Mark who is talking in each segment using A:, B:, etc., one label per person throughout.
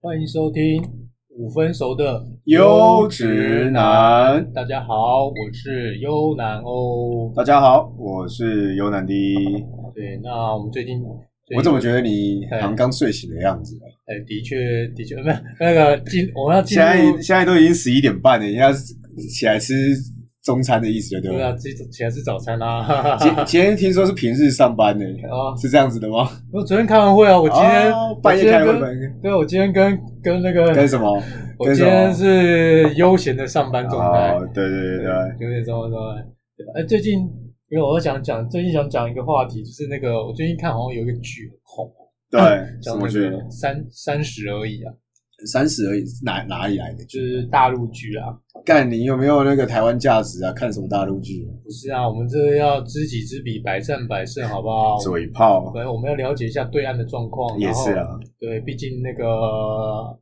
A: 欢迎收听五分熟的
B: 优质男，
A: 大家好，我是优南欧。
B: 大家好，我是优南的。
A: 对，那我们最近，最近
B: 我怎么觉得你
A: 哎
B: 好像刚睡醒的样子啊？
A: 哎，的确，的确，不是那个进，我们要进
B: 现在
A: 入，
B: 现在都已经十一点半了，你要起来吃中餐的意思就对
A: 对啊，
B: 了。
A: 起起来吃早餐啦、啊。
B: 今今天听说是平日上班呢，
A: 啊，
B: 是这样子的吗？
A: 我昨天开完会啊，我今天、
B: 哦
A: 我
B: 半夜
A: 今天
B: 开会，
A: 跟
B: 半夜开
A: 对，我今天跟跟那个
B: 会跟什么？
A: 我
B: 跟
A: 今
B: 什么
A: 天是悠闲的上班 状态，
B: 哦，对对对对 对，
A: 有点状态状态。对吧哎，最近因为我想讲，最近想讲一个话题，就是那个我最近看好像有一个剧很红，哦
B: 对
A: 叫
B: 什
A: 那
B: 么剧？
A: 个三三十而已啊，
B: 三十而已，哪哪里来的
A: 就
B: 剧？
A: 是大陆剧啊，
B: 干，你有没有那个台湾价值啊？看什么大陆剧？
A: 不是啊，我们这要知己知彼，百战百胜，好不好？
B: 嘴炮
A: 对，我们要了解一下对岸的状况，
B: 也是
A: 然后
B: 啊，
A: 对，毕竟那个，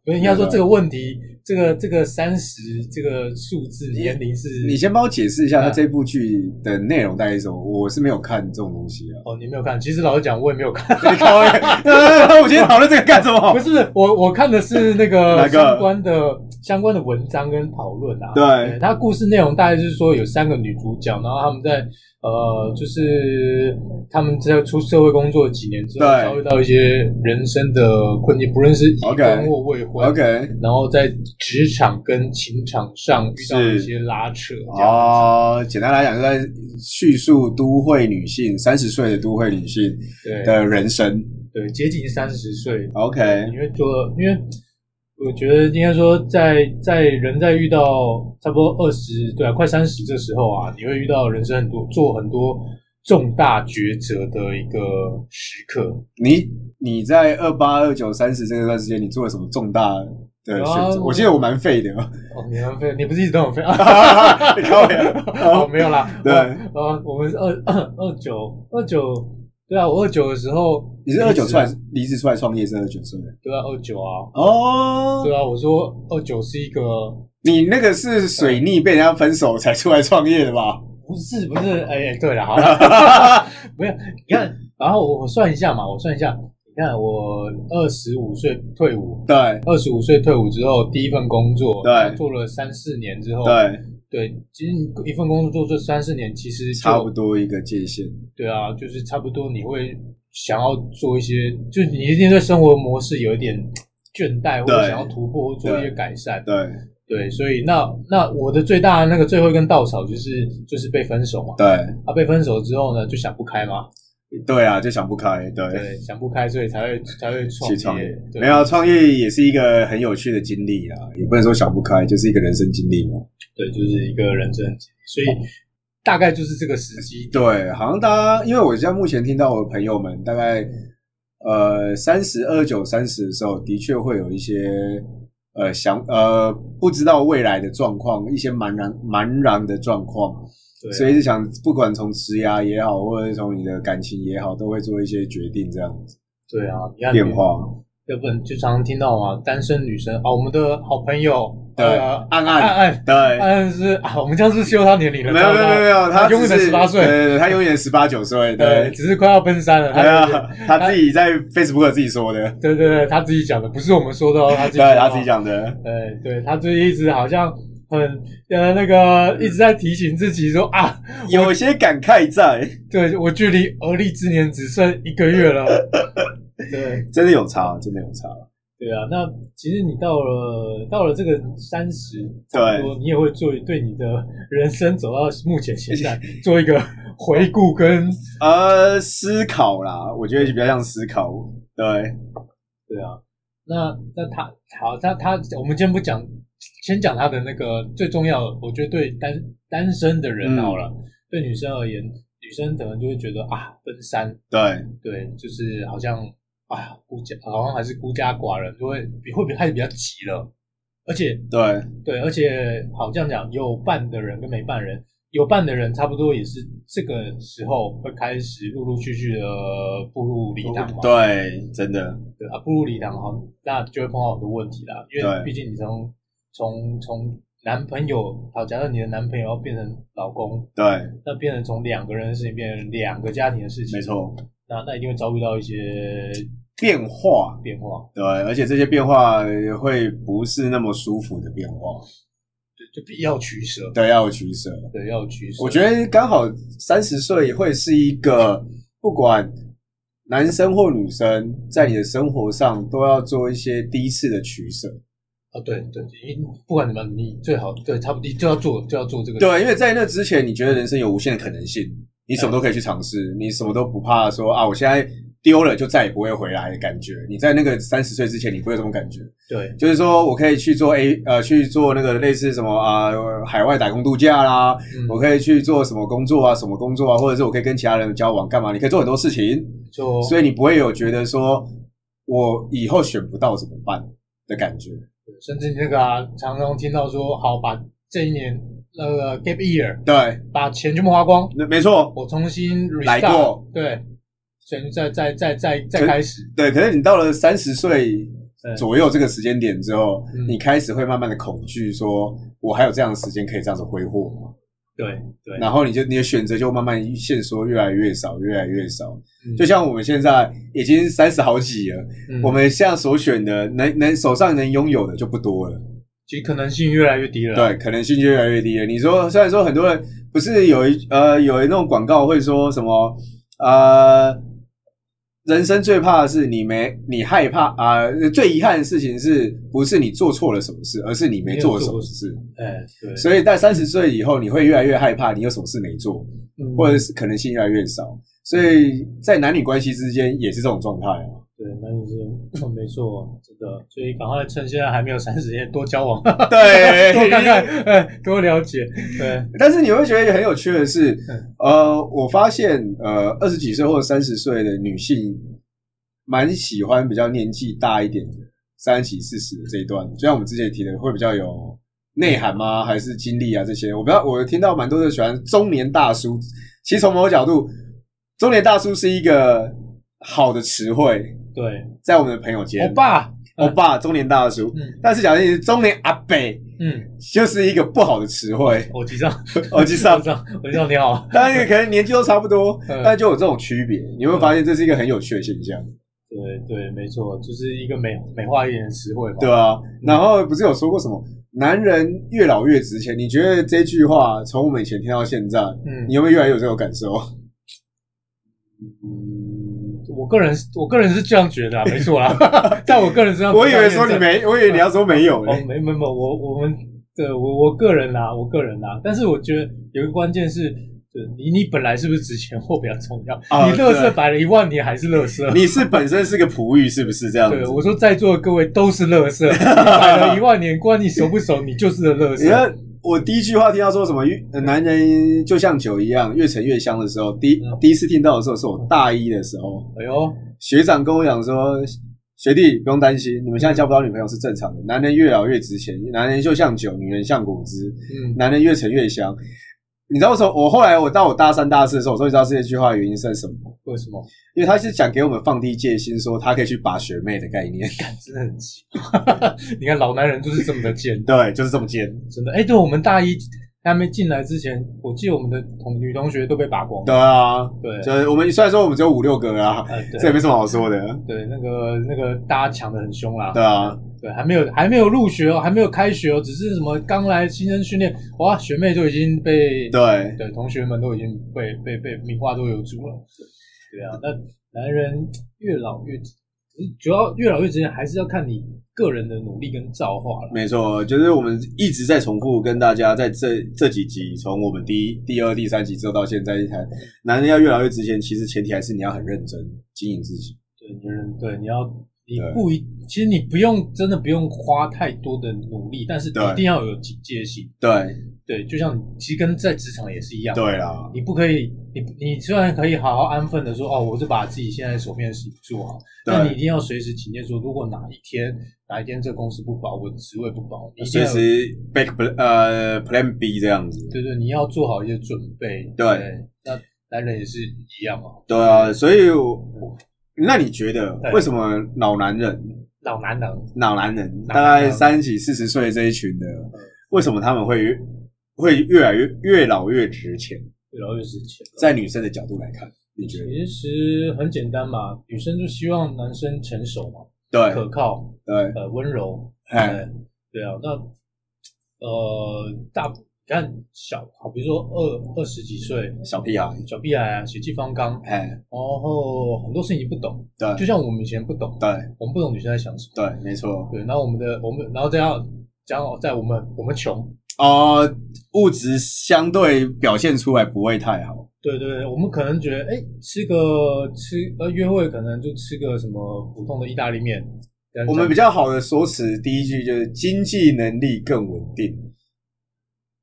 A: 不是应该说这个问题，这个这个三十这个数字年龄是
B: 你先帮我解释一下
A: 嗯。
B: 他这部剧的内容大概是什么？我是没有看这种东西啊
A: 哦，你没有看，其实老实讲，我也没有看，
B: 你看我也我今天讨论这个干什
A: 不
B: 么？
A: 是我我看的是那
B: 哦 哪
A: 个
B: 个
A: 相关的相关的文章跟讨论啊。
B: 对
A: 它故事内容大概就是说有三个女主角，然后她们在呃，就是她们在出社会工作几年之后，
B: 对
A: 遭遇到一些人生的困境，不论是已
B: OK
A: 婚或未婚。
B: OK，
A: 然后在职场跟情场上遇到
B: 是
A: 一些拉扯，这样
B: 哦，简单来讲，就在叙述都会女性三十岁的都会女性
A: 对
B: 的人生。
A: 对，接近三十岁，
B: OK，
A: 因为做，因为我觉得应该说在，在人在遇到差不多二十对啊，快三十这时候啊，你会遇到人生很多做很多重大抉择的一个时刻。
B: 你你在二八、二九、三十这段时间，你做了什么重大的
A: 有
B: 选
A: 啊
B: 择？
A: 我
B: 我记得我蛮废的。
A: 哦，你很废，你不是一直都 很废啊？
B: 你看我也
A: 哦，没有啦，
B: 对
A: 我呃，我们是二 二九二九，对啊，我二九的时候，
B: 你是二九出来
A: 离职啊，
B: 离职出来创业是二九岁
A: 对啊，二九啊，
B: 哦
A: 对啊，我说二九是一个，
B: 你那个是水
A: 嗯
B: 逆被人家分手才出来创业的吧？
A: 不是不是，哎、哎对了，好。 没有，你看，然后我我算一下嘛，我算一下，你看我二十五岁退伍，
B: 对
A: 二十五岁退伍之后第一份工作，
B: 对
A: 然后做了三四年之后，
B: 对，
A: 对，其实你一份工作做这三四年，其实就
B: 差不多一个界限。
A: 对啊，就是差不多你会想要做一些，就你一定对生活模式有一点倦怠，或者
B: 对
A: 想要突破，或做一些改善，
B: 对
A: 对，所以那那我的最大的那个最后一根稻草就是就是被分手嘛，
B: 对
A: 啊，被分手之后呢，就想不开嘛，
B: 对啊，就想不开。对，
A: 对，想不开，所以才会才会创
B: 去创业
A: 业。对
B: 没有啊创业也是一个很有趣的经历啊，也不能说想不开，就是一个人生经历嘛。
A: 对，就是一个人生的经历，所以大概就是这个时机。
B: 对，好像大家，因为我现在目前听到我的朋友们大概呃三十二九、三十的时候，的确会有一些呃想呃不知道未来的状况，一些茫然茫然的状况。
A: 对啊，
B: 所以是想，不管从职涯也好，或者是从你的感情也好，都会做一些决定，这样子
A: 对啊，你看
B: 变，化。
A: 要不然就常常听到嘛，单身女生啊，我们的好朋友，
B: 对，
A: 呃，
B: 暗
A: 暗
B: 暗
A: 暗
B: 对，
A: 暗是啊，我们这样是修他年龄了，
B: 没有没有没有，
A: 他
B: 他
A: 永远
B: 只是
A: 的18岁
B: 对对对，他永远十八九
A: 对，
B: 岁，对，
A: 只是快要奔三了，
B: 对
A: 他就是
B: 啊，他自己在 Facebook 自己说的，
A: 对对对，他自己讲的，不是我们说的哦，他自己
B: 对
A: 说的
B: 他
A: 哦
B: 自己，讲的，
A: 对对，他就一直好像很呃那个一直在提醒自己说啊，
B: 有些感慨在，
A: 对我距离而立之年只剩一个月了。对
B: 真的有差，真的有差，
A: 对啊，那其实你到了到了这个三十，
B: 对
A: 多你也会做对你的人生走到目前现在做一个回顾跟
B: 呃，思考啦，我觉得比较像思考，对，
A: 对啊，那那他好，他他我们先不讲，先讲他的那个最重要的，我觉得对单单身的人
B: 嗯
A: 好了，对女生而言，女生可能就会觉得啊，奔三
B: 对，
A: 对，就是好像啊，孤家好像还是孤家寡人，就会比会比开始比较急了。而且
B: 对，
A: 对，而且好这样讲，有伴的人跟没伴人，有伴的人差不多也是这个时候会开始陆陆续续的步入礼堂嘛。
B: 对，真的，
A: 对啊，步入礼堂哈，那就会碰到很多问题啦，因为
B: 对
A: 毕竟你从从从男朋友，好，假设你的男朋友要变成老公，
B: 对，
A: 那变成从两个人的事情变成两个家庭的事情，
B: 没错，
A: 那那一定会遭遇到一些
B: 变化，
A: 变化，
B: 对，而且这些变化会不是那么舒服的变化，
A: 对，就必要取舍，
B: 对，要有取舍。
A: 对，要有取舍。
B: 我觉得刚好三十岁会是一个，不管男生或女生，在你的生活上都要做一些第一次的取舍。
A: 啊，对对，你不管怎么样，你最好对差不多你就要做，就要做这个。
B: 对，因为在那之前，你觉得人生有无限的可能性，你什么都可以去尝试，你什么都不怕说啊，我现在丢了就再也不会回来的感觉。你在那个三十岁之前，你不会有这种感觉，
A: 对
B: 就是说我可以去做 A 呃去做那个类似什么啊、海外打工度假啦，
A: 嗯
B: 我可以去做什么工作啊，什么工作啊，或者是我可以跟其他人交往干嘛？你可以做很多事情，
A: 就
B: 所以你不会有觉得说我以后选不到怎么办的感觉。
A: 甚至那个啊，常常听到说，好把这一年那个 gap year
B: 对，
A: 把钱全部花光，
B: 那没错，
A: 我重新 restart,
B: 来过，
A: 对，全再再再再再
B: 可
A: 开始，
B: 对。可是你到了三十岁
A: 对
B: 左右这个时间点之后，
A: 嗯
B: 你开始会慢慢的恐惧，说我还有这样的时间可以这样子挥霍吗？
A: 对对，
B: 然后你就你的选择就慢慢限缩越来越少，越来越少。
A: 嗯
B: 就像我们现在已经三十好几了，
A: 嗯
B: 我们现在所选的能能手上能拥有的就不多了。
A: 其实可能性越来越低了，
B: 对，啊可能性就越来越低了。你说，虽然说很多人不是有一呃有一那种广告会说什么呃，人生最怕的是你没你害怕啊、呃最遗憾的事情是不是你做错了什么事，而是你没做什么事。
A: 哎对，
B: 所以在三十岁以后，你会越来越害怕，你有什么事没做，
A: 嗯
B: 或者是可能性越来越少。所以在男女关系之间也是这种状态啊。
A: 对，那就是嗯没错，真的，所以赶快趁现在还没有三十，也多交往，
B: 啊 对
A: 多看看，哎，多了解，对，
B: 但是你会觉得很有趣的是
A: 嗯，
B: 呃，我发现呃，二十几岁或者三十岁的女性，蛮喜欢比较年纪大一点的，三十几、四十的这一段，就像我们之前提的，会比较有内涵吗？还是经历啊这些？我不知道，我听到蛮多的喜欢中年大叔。其实从某个角度，中年大叔是一个好的词汇，
A: 对，
B: 在我们的朋友间，
A: 欧，巴，
B: 欧巴，中年大叔。
A: 嗯
B: 但是假如你是中年阿北，
A: 嗯，
B: 就是一个不好的词汇。
A: 我记上，
B: 我记上
A: 我记上，我记上你好，
B: 当然，可能年纪都差不多，
A: 嗯
B: 但就有这种区别，你会发现这是一个很有趣的现象，
A: 对对，没错，就是一个美美化一点的词汇嘛，
B: 对吧、然后不是有说过什么男人越老越值钱？你觉得这句话从我们以前听到现在，
A: 嗯
B: 你，有没有越来越有这种感受？
A: 嗯我个人是我个人是这样觉得啊，没错 啦，在我个人身上，
B: 我以为说你没，我以为你要说没有
A: 哦，
B: 嘞。
A: 没没没，我我们对我我个人啊啦，我个人啦，但是我觉得有一个关键是，对你你本来是不是值钱货比较重要，
B: 啊
A: 你乐
B: 对
A: 色摆了一万，你还是乐色。
B: 你是本身是个璞玉，是不是这样子
A: 对，？我说在座的各位都是乐色，摆了一万年，管你熟不熟，你就是个乐
B: 你
A: 色。
B: 看我第一句话听到说什么越呃男人就像酒一样越陈越香的时候，第一
A: 嗯
B: 第一次听到的时候是我大一的时候，
A: 哎呦，
B: 学长跟我讲说，学弟不用担心，你们现在交不到女朋友是正常的。男人越老越值钱，男人就像酒，女人像果汁，
A: 嗯，
B: 男人越陈越香。你知道为什么？我后来我到我大三大四的时候，我终于知道这句话的原因是什么，
A: 为什么？
B: 因为他是讲给我们放低戒心，说他可以去把学妹的概念。
A: 真的很奇葩。 你看老男人就是这么的贱，
B: 对，就是这么尖。
A: 真的。哎，对我们大一还没进来之前，我记得我们的同女同学都被拔光了。
B: 对啊，
A: 对，
B: 就是我们虽然说我们只有五六个啊，
A: 呃，对
B: 这也没什么好说的。
A: 对，那个那个大家抢的很凶啦。
B: 对啊，
A: 对，还没有还没有入学哦，还没有开学哦，只是什么刚来新生训练，哇，学妹就已经被
B: 对，
A: 对同学们都已经被被被名花都有主了。对啊，那男人越老越，嗯主要越老越之前还是要看你个人的努力跟造化了。
B: 没错，就是我们一直在重复跟大家在这这几集，从我们第一、第二、第三集之后到现在一谈，男人要越来越值钱，其实前提还是你要很认真经营自己。
A: 对，你人对你要你
B: 对
A: 不一，其实你不用真的不用花太多的努力，但是
B: 对
A: 一定要有警戒心。
B: 对，
A: 对，就像你其实跟在职场也是一样。
B: 对啦，
A: 你不可以，你你虽然可以好好安分的说，哦，我是把自己现在手边的事情做好，
B: 对
A: 但你一定要随时警戒说，如果哪一天哪一天这个公司不保，我的职位不保，你一定
B: 随
A: 要
B: 时 back plan 呃 plan B 这样子。
A: 对对，你要做好一些准备。
B: 对
A: 那男人也是一样哦，
B: 对啊，所以我那你觉得
A: 对
B: 为什么老男人、
A: 老男人
B: 老男人
A: 老
B: 大
A: 男人
B: 概三十几、四十岁这一群的，为什么他们会越会越来越越老越值钱？
A: 越老越值钱，
B: 在女生的角度来看，你觉得？
A: 其实很简单嘛，女生就希望男生成熟嘛，
B: 对
A: 可靠，
B: 对，
A: 呃，温柔，
B: 哎，
A: 对对啊，那呃大你看小，好比如说二二十几岁
B: 小屁孩，
A: 小屁孩啊，血气方刚，然
B: 哎，
A: 后很多事情不懂，
B: 对
A: 就像我们以前不懂，
B: 对
A: 我们不懂女生在想什么，
B: 对，没错。
A: 对，然后我们的我们，然后再要讲好哦在我们我们穷，
B: 哦，物质相对表现出来不会太好。
A: 对对对，我们可能觉得哎吃个吃呃约会可能就吃个什么普通的意大利面，这样
B: 我们
A: 这
B: 比
A: 样
B: 较好的说辞，第一句就是经济能力更稳定，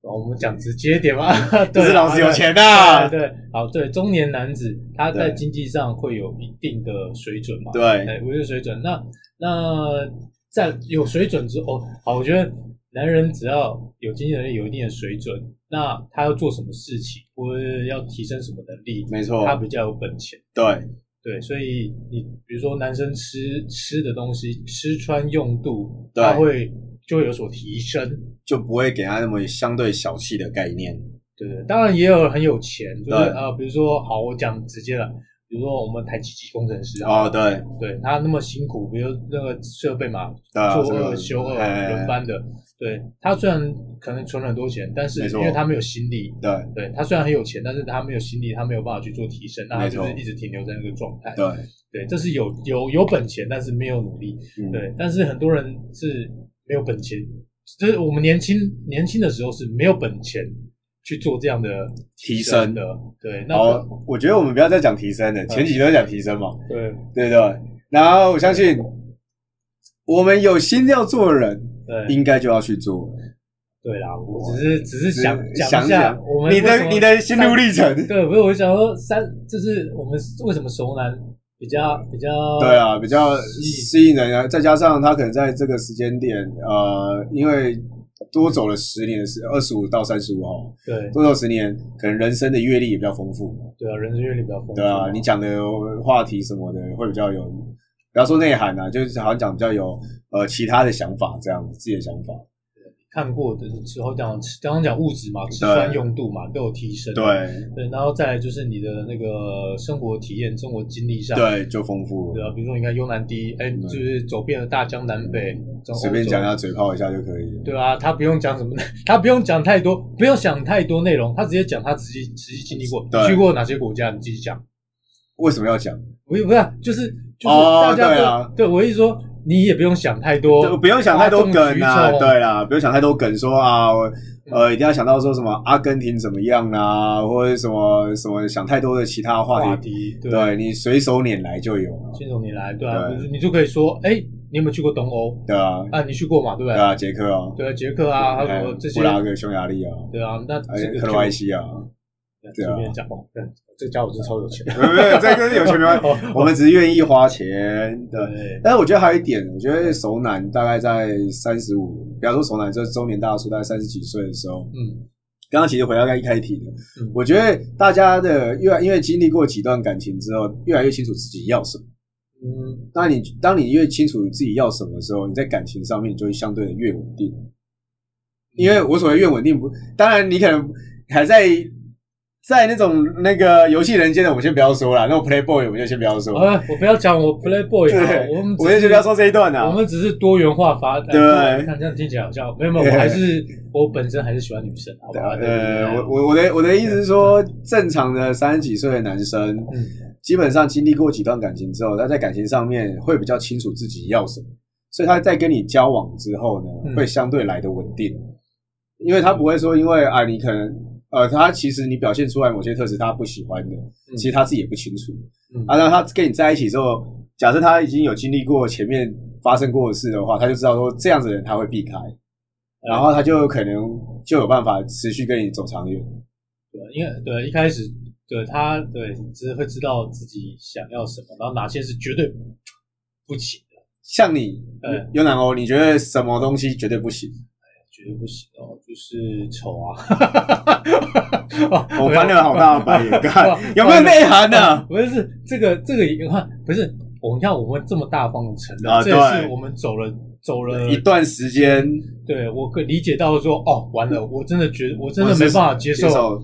A: 哦我们讲直接一点 吧，
B: 就
A: 对
B: 是
A: 啊，
B: 老子有钱的、
A: 对。对对，好对，中年男子他在
B: 对
A: 经济上会有一定的水准嘛，
B: 对，
A: 哎，我有水准。那那在有水准之后，好，我觉得男人只要有经济能力，有一定的水准，那他要做什么事情，或者要提升什么能力，
B: 没错
A: 他，比较有本钱。
B: 对
A: 对，所以你比如说男生吃吃的东西，吃穿用度，
B: 对
A: 他会就会有所提升。
B: 就不会给他那么相对小气的概念。
A: 对对，当然也有很有钱，就是
B: 对
A: 呃，比如说好，我讲直接了，比如说我们台积机工程师啊，
B: 哦，对
A: 对他那么辛苦，比如那个设备嘛，
B: 对啊，
A: 做
B: 这
A: 二
B: 个
A: 休二
B: 哎
A: 轮班的，对他虽然可能存了很多钱，但是
B: 没错
A: 因为他没有心力，
B: 对
A: 对他虽然很有钱，但是他没有心力，他没有办法去做提升，那他
B: 没
A: 就
B: 错
A: 是一直停留在那个状态。
B: 对，
A: 对，这是有有有本钱，但是没有努力。
B: 嗯，
A: 对，但是很多人是没有本钱，就是我们年轻年轻的时候是没有本钱去做这样的
B: 提升
A: 的。对，那
B: 好，我觉得我们不要再讲提升了，前几集都在讲提升嘛，
A: 对
B: 对不对？然后我相信，我们有心要做的人，
A: 对
B: 应该就要去做。
A: 对啦，我只是只是
B: 只
A: 想
B: 想
A: 一下
B: 想
A: 我们
B: 你
A: 为什
B: 的
A: 么
B: 你的心
A: 上
B: 路历程，
A: 对，不是，我想说三，就是我们为什么熟男比较比较
B: 对啊，比较
A: 吸
B: 吸引人啊。再加上他可能在这个时间点，呃，因为多走了十年的时，二十五到三十五号，
A: 对
B: 多走十年，可能人生的阅历也比较丰富，
A: 对啊，人生阅历比较丰富，
B: 对啊，你讲的话题什么的会比较有，不要说内涵啊，就是好像讲比较有呃其他的想法，这样自己的想法。
A: 看过的之后讲刚刚讲物质嘛，吃穿用度嘛都有提升，
B: 对
A: 对，然后再来就是你的那个生活体验、生活经历上，
B: 对，就丰富
A: 对
B: 了，
A: 啊，比如说你看优南低，哎，
B: 对
A: 就是走遍了大江南北，整个
B: 嗯随便
A: 欧洲
B: 讲一下啊嘴炮一下就可以了。
A: 对啊，他不用讲什么，他不用讲太多，不用想太多内容，他直接讲他实际实际经历过，
B: 对
A: 你去过哪些国家，你自己讲。
B: 为什么要讲？
A: 不是不是啊，就是就是大
B: 哦
A: 家都、
B: 对啊
A: 对我一说，你也不用想太
B: 对
A: 多，
B: 不用想太多
A: 哗
B: 梗
A: 众
B: 啊，
A: 取宠，
B: 对啦，不用想太多梗，说啊，我呃，一定要想到说什么阿根廷怎么样啊，或者什么什么，想太多的其他话
A: 话
B: 题，
A: 题对，
B: 对你随手拈来就有了，
A: 信手拈来，对啊，
B: 对
A: 就是你就可以说，哎，你有没有去过东欧
B: 对啊，
A: 啊？你去过嘛，对不
B: 对
A: 对？
B: 啊，捷克啊，
A: 对啊，捷克啊，还有什么
B: 哎
A: 这些
B: 布，拉格、匈牙利啊，
A: 对啊，那
B: 还有
A: 这个
B: 克罗埃西啊，
A: 这
B: 对啊
A: 边讲哦，对这家伙真超有钱，
B: 没有没有，这个是有 钱没关系，
A: 哦
B: 我们只是愿意花钱，对。
A: 对
B: 但是我觉得还有一点，我觉得熟男大概在三十五，不要说熟男，这中年大叔大概三十几岁的时候，
A: 嗯，
B: 刚刚其实回到刚一开题的，
A: 嗯
B: 我觉得大家的越来因为经历过几段感情之后，越来越清楚自己要什么。
A: 嗯，
B: 当你当你越清楚自己要什么的时候，你在感情上面你就会相对的越稳定。因为我所谓越稳定不，当然你可能还在在那种那个游戏人间的，我们先不要说了，那种 Playboy 我们就先不要说。
A: 啊，我不要讲我 Playboy 啊，
B: 对，
A: 我们只
B: 我就先不要说这一段啊
A: 我
B: 了。
A: 们只是多元化发展，啊
B: 对
A: 看这样听起来好像没有没有，我还是我本身还是喜欢女生，好吧？对嗯对
B: 呃，
A: 对
B: 我我我的我的意思是说，正常的三十几岁的男生，
A: 嗯
B: 基本上经历过几段感情之后，他在感情上面会比较清楚自己要什么，所以他在跟你交往之后呢，
A: 嗯
B: 会相对来的稳定，因为他不会说因为啊你可能呃他其实你表现出来某些特质他不喜欢的，其实他自己也不清楚
A: 嗯
B: 啊。那他跟你在一起之后，假设他已经有经历过前面发生过的事的话，他就知道说这样子的人他会避开，
A: 嗯
B: 然后他就可能就有办法持续跟你走长远。
A: 对，因为对一开始对他对只是会知道自己想要什么，然后哪些是绝对不行的，
B: 像你
A: 对
B: 有南欧，你觉得什么东西绝对不行？
A: 绝对不行哦，就是丑啊！
B: 哦我翻了好大的白眼，看
A: 哇
B: 有没有内涵呢、
A: 啊，不是这个这个也看不是，我们看我们这么大方的承认，
B: 啊
A: 这也
B: 对
A: 是我们走了走了
B: 呃一段时间
A: 对我可以理解到说，哦，完了，我真的觉得我真的
B: 我是
A: 没办法接
B: 接
A: 受
B: 受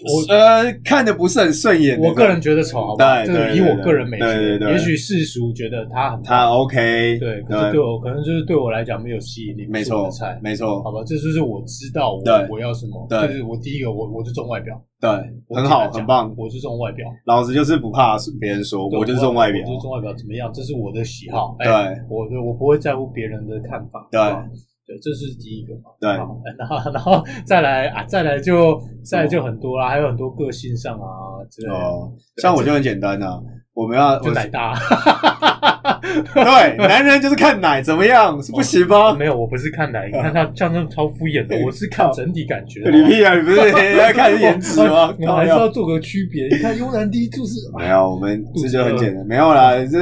A: 我
B: 呃看的不是很顺眼的
A: 我
B: 那种。
A: 个人觉得丑，好吧，
B: 对
A: 这个
B: 对
A: 以
B: 对
A: 我个人
B: 对
A: 美
B: 对对
A: 学，
B: 对
A: 也许世俗觉得他很
B: 他 OK，
A: 对，可是对我可能就是对我来讲没有吸引力，不
B: 没
A: 是我
B: 错
A: 的菜，，
B: 没
A: 好
B: 错，
A: 吧，这就是我知道我
B: 对
A: 我要什么，
B: 对
A: 就是我第一个我我是重外表，
B: 对，
A: 我
B: 很
A: 简
B: 好，
A: 单讲
B: 很棒。
A: 我是重外表，
B: 老子就是不怕别人说，
A: 对
B: 我就是重外表
A: 我，就是重外表怎么样，这是我的喜好，哎
B: 对
A: 我我不会在乎别人的看法，
B: 对
A: 好吧对，这是第一个嘛，
B: 对
A: 好哎然后然后再来啊，再来就再来就很多啦，还有很多个性上啊之类的，
B: 哦，像我就很简单啊，我们 要
A: 就
B: 我
A: 奶大，
B: 对，男人就是看奶怎么样，是不行吗？
A: 啊 没有，我不是看奶，你看他像那种超敷衍 的，我是看整体感觉的，？
B: 你屁啊！你不是要看颜值吗
A: 我们
B: 靠
A: 还是
B: 腰
A: 要做个区别。你看慵懒低就是
B: 没有，我们
A: 肚
B: 这
A: 子
B: 就很
A: 饿
B: 简单，没有啦，这。